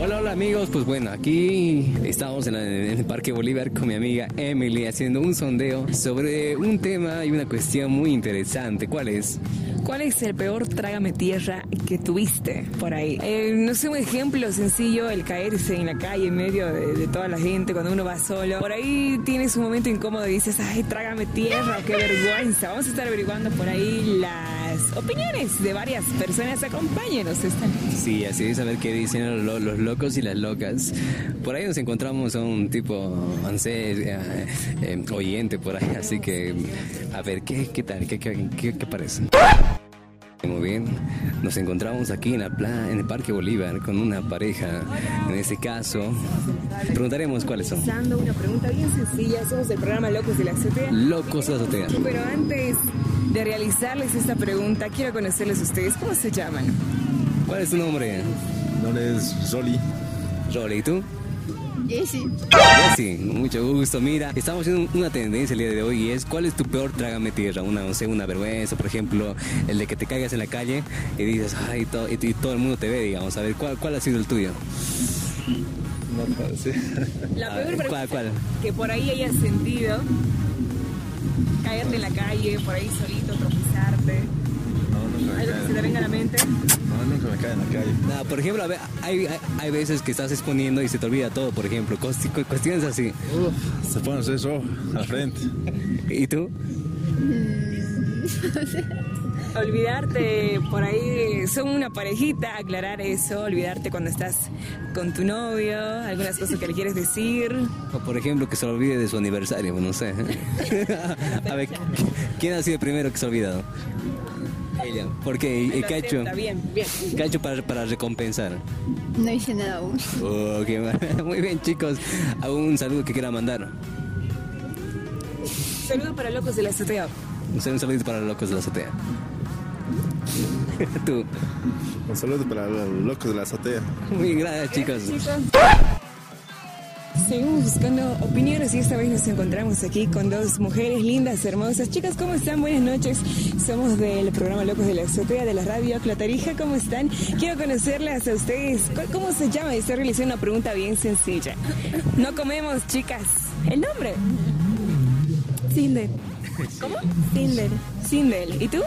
Hola amigos, pues bueno, aquí estamos en, la- en el Parque Bolívar con mi amiga Emily haciendo un sondeo sobre un tema y una cuestión muy interesante. ¿Cuál es? ¿Cuál es el peor trágame tierra que tuviste por ahí? Eh, no sé, un ejemplo sencillo, el caerse en la calle en medio de, de toda la gente cuando uno va solo. Por ahí tienes un momento incómodo y dices, ay, trágame tierra, qué vergüenza. Vamos a estar averiguando por ahí las opiniones de varias personas. Acompáñenos, están. Sí, así es, a ver qué dicen lo- los locos y las locas. Por ahí nos encontramos a un tipo, no sé, eh, eh, oyente por ahí, así que a ver, ¿qué, qué tal? ¿Qué, qué, qué- qué parece? Muy bien, nos encontramos aquí en, la pla- en el Parque Bolívar con una pareja. En este caso, preguntaremos cuáles son. Dando una pregunta bien sencilla, somos del programa Locos de la Azotea. Locos de azotea. Pero antes de realizarles esta pregunta, quiero conocerles a ustedes. ¿Cómo se llaman? ¿Cuál es tu nombre? No es Soli. Rolly, ¿y tú? Jessy, Sí, mucho gusto. Mira, estamos haciendo una tendencia el día de hoy y es cuál es tu peor trágame tierra. Una, no sé, una vergüenza, por ejemplo, el de que te caigas en la calle y dices, ay, to- y, y todo el mundo te ve, digamos. A ver, ¿cuál, cuál ha sido el tuyo? La A peor ver, pregunta ¿Cuál, cuál? que por ahí hayas sentido caerte en la calle, por ahí solito, tropezarte. No, nunca me Algo que se te cae. venga a la mente. No, nunca me cae en la calle. Nada, por ejemplo, a ver, hay, hay- hay veces que estás exponiendo y se te olvida todo, por ejemplo, costi- cu- cuestiones así. Se pone eso al frente. ¿Y tú? Olvidarte por ahí, son una parejita, aclarar eso, olvidarte cuando estás con tu novio, algunas cosas que le quieres decir. O por ejemplo, que se olvide de su aniversario, no sé. a ver, ¿quién ha sido el primero que se ha olvidado? Ella. ¿Por qué? ¿Y- ¿Y Lo qué ha hecho? acepta, Bien, bien. ¿Qué ha hecho para, para recompensar? no hice nada aún. Oh, qué mal. Muy bien, chicos. ¿Algún saludo que quiera mandar? Saludos para locos de la azotea. Un sal- un saludo para los locos de la azotea. Tú. Un saludo para los locos de la azotea. Muy bien, gracias, chicos. Seguimos buscando opiniones y esta vez nos encontramos aquí con dos mujeres lindas, hermosas. Chicas, ¿cómo están? Buenas noches. Somos del programa Locos de la Azotea de la radio Clotarija. ¿Cómo están? Quiero conocerlas a ustedes. ¿Cu- ¿Cómo se llama? Estoy realizando una pregunta bien sencilla. No comemos, chicas. ¿El nombre? Cinder, Sindel. Sindel. ¿Y tú?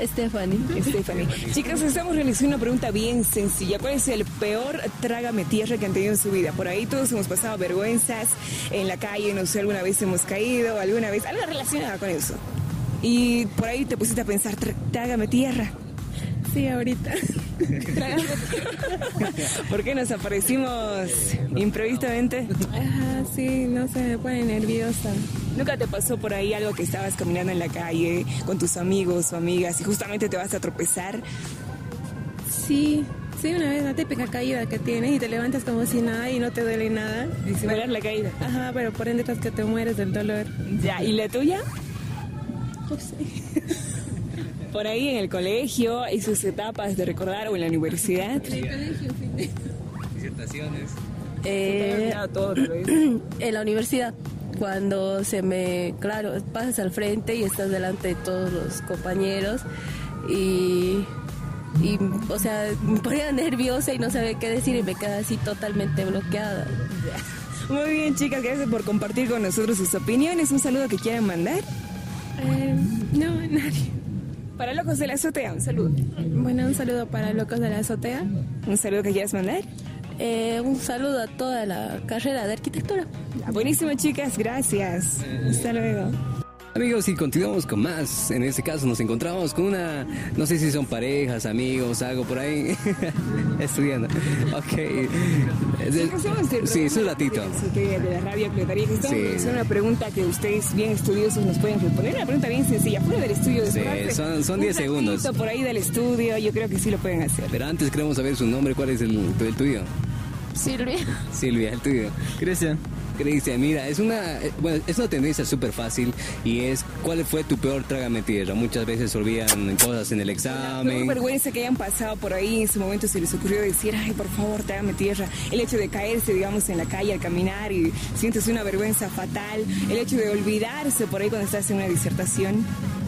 Stephanie, Stephanie. Chicas, estamos realizando una pregunta bien sencilla. ¿Cuál es el peor trágame tierra que han tenido en su vida? Por ahí todos hemos pasado vergüenzas en la calle, no sé, alguna vez hemos caído, alguna vez, algo relacionado con eso. Y por ahí te pusiste a pensar, "Tr- trágame tierra. sí, ahorita. Trágame tierra. ¿Por qué nos aparecimos imprevistamente? Ajá, sí, no se me pone nerviosa. ¿Nunca te pasó por ahí algo que estabas caminando en la calle con tus amigos o amigas y justamente te vas a tropezar? Sí, sí, una vez la típica caída que tienes y te levantas como si nada y no te duele nada. Disimular la caída. Ajá, pero por ende tras que te mueres del dolor. Ya, ¿y la tuya? No sé. Por ahí en el colegio y sus etapas de recordar o en la universidad. Eh, Disertaciones. Eh, en la universidad, cuando se me, claro, pasas al frente y estás delante de todos los compañeros y, y, o sea, me ponía nerviosa y no sabía qué decir y me quedaba así totalmente bloqueada. Muy bien, chicas, gracias por compartir con nosotros sus opiniones. Un saludo que quieran mandar. Eh, no, nadie. Para Locos de la Azotea, un saludo. Bueno, un saludo para locos de la azotea. Un saludo que quieras mandar. Eh, un saludo a toda la carrera de arquitectura. Buenísimo, chicas, gracias. Hasta luego. Amigos, y continuamos con más. En este caso nos encontramos con una, no sé si son parejas, amigos, algo por ahí. Estudiando. Ok. Es de- Chicas, somos del Sí, es un programa ratito. De la radio Clotaría. Estamos Sí. haciendo una pregunta que ustedes, bien estudiosos, nos pueden responder. Una pregunta bien sencilla, fuera del estudio. Sí, después, son- son un 10 ratito segundos. Por ahí del estudio, yo creo que sí lo pueden hacer. Pero antes queremos saber su nombre, ¿cuál es el, el tuyo? Silvia. Silvia, el tuyo. Cristian. Cristian, mira, es una, eh, bueno, es una tendencia súper fácil y es cuál fue tu peor trágame tierra. Muchas veces se olvidan cosas en el Qué examen. vergüenza que hayan pasado por ahí en su momento se les ocurrió decir, ay, por favor, trágame tierra. El hecho de caerse, digamos, en la calle al caminar y sientes una vergüenza fatal. El hecho de olvidarse por ahí cuando estás en una disertación.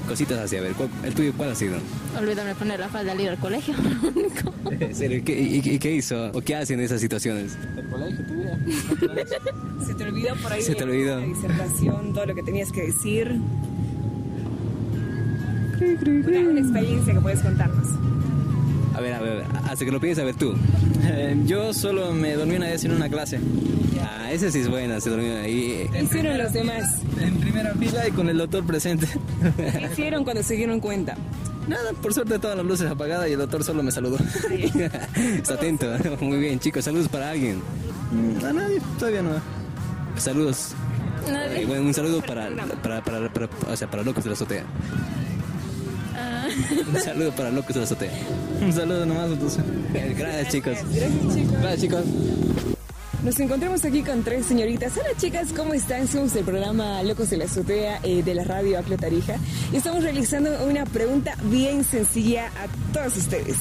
cositas así. A ver, ¿cuál- ¿el tuyo cuál ha sido? Olvídame poner la falda al ir al colegio. En serio, ¿qué- y, y- y qué hizo? ¿O qué hace en esas situaciones? Se te olvidó por ahí Se te olvidó. la disertación, todo lo que tenías que decir. Una, una experiencia que puedes contarnos. A ver, a ver, hasta que lo pienses, a ver tú. Eh, yo solo me dormí una vez en una clase. Ah, esa sí es buena, se durmió ahí. ¿Qué hicieron los demás? En primera fila y con el doctor presente. ¿Qué hicieron cuando se dieron cuenta? Nada, por suerte todas las luces apagadas y el doctor solo me saludó. Está atento. Muy bien, chicos, saludos para alguien. Mm, A nadie, todavía no. Saludos. Eh, bueno, un saludo para, para, para, para- o sea, para Locos de la Azotea. Ah. Un saludo para Locos de la Azotea. Un saludo nomás, entonces. Gracias, chicos. Gracias, chicos. Nos encontramos aquí con tres señoritas. Hola chicas, ¿cómo están? Somos el programa Locos de la Azotea eh, de la radio Aclo Tarija y estamos realizando una pregunta bien sencilla a todos ustedes.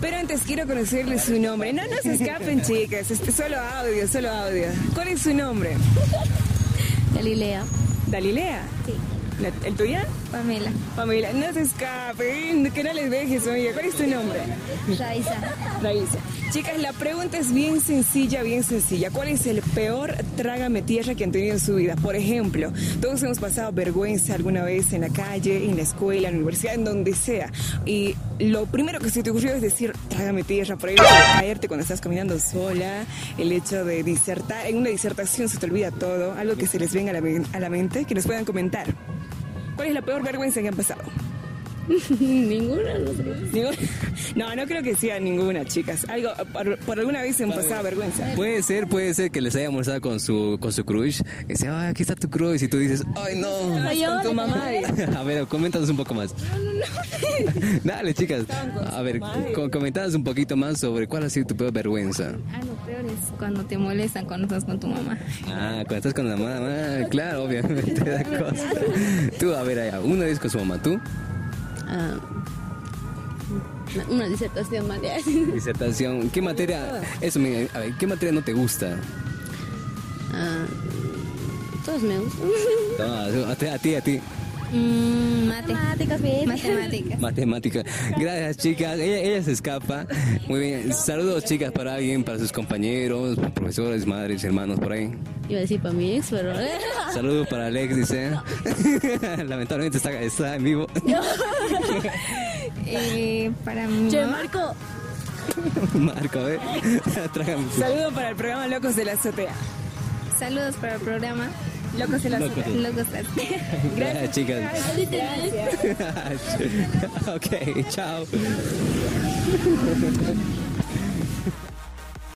Pero antes quiero conocerles su nombre. No nos escapen chicas, este, solo audio, solo audio. ¿Cuál es su nombre? Galilea. ¿Dalilea? Sí. ¿La- ¿El tuyo? Pamela. Familia, no se escapen, que no les dejes, oye. ¿Cuál es tu nombre? Raiza. Raíza. Chicas, la pregunta es bien sencilla, bien sencilla. ¿Cuál es el peor trágame tierra que han tenido en su vida? Por ejemplo, todos hemos pasado vergüenza alguna vez en la calle, en la escuela, en la universidad, en donde sea. Y lo primero que se te ocurrió es decir, trágame tierra, por ahí caerte cuando estás caminando sola, el hecho de disertar, en una disertación se te olvida todo, algo que se les venga a la, men- a la mente, que nos puedan comentar. ¿Cuál es la peor vergüenza que han pasado? Ninguna, no sé. Digo, No, no creo que sea ninguna, chicas. Algo, por, por alguna vez se me pasaba vergüenza. Puede ser, puede ser que les haya molestado con su, con su crush. Que dice, ah, aquí está tu crush. Y tú dices, ay, no. Soy Con tu mamá. A ver, coméntanos un poco más. Dale, chicas. A ver, co- comentanos un poquito más sobre cuál ha sido tu peor vergüenza. Ah, lo peor es cuando te molestan cuando estás con tu mamá. Ah, cuando estás con la mamá, ah, claro, obviamente da cosa. Tú, a ver, allá, una vez con su mamá, tú, Ah, una- una disertación mal. disertación. ¿Qué materia, eso, me- a ver, qué materia no te gusta? Ah, todos me gustan. No, a ti, a ti, a ti. Mm, mate. Matemáticas, Matemáticas. Matemática. Gracias, chicas. Ella, ella se escapa. Muy bien. Saludos, chicas, para alguien, para sus compañeros, profesores, madres, hermanos, por ahí. Iba a decir para mi ex, pero. Saludos para Alex, dice. Lamentablemente está, está en vivo. Eh, para mi Che, mamá, Marco, Marco, a ver. Trágame. Saludo para el programa Locos de la Azotea. saludos para el programa. Locos de la Azotea. Locos Arte. Gracias, chicas. ok, chao.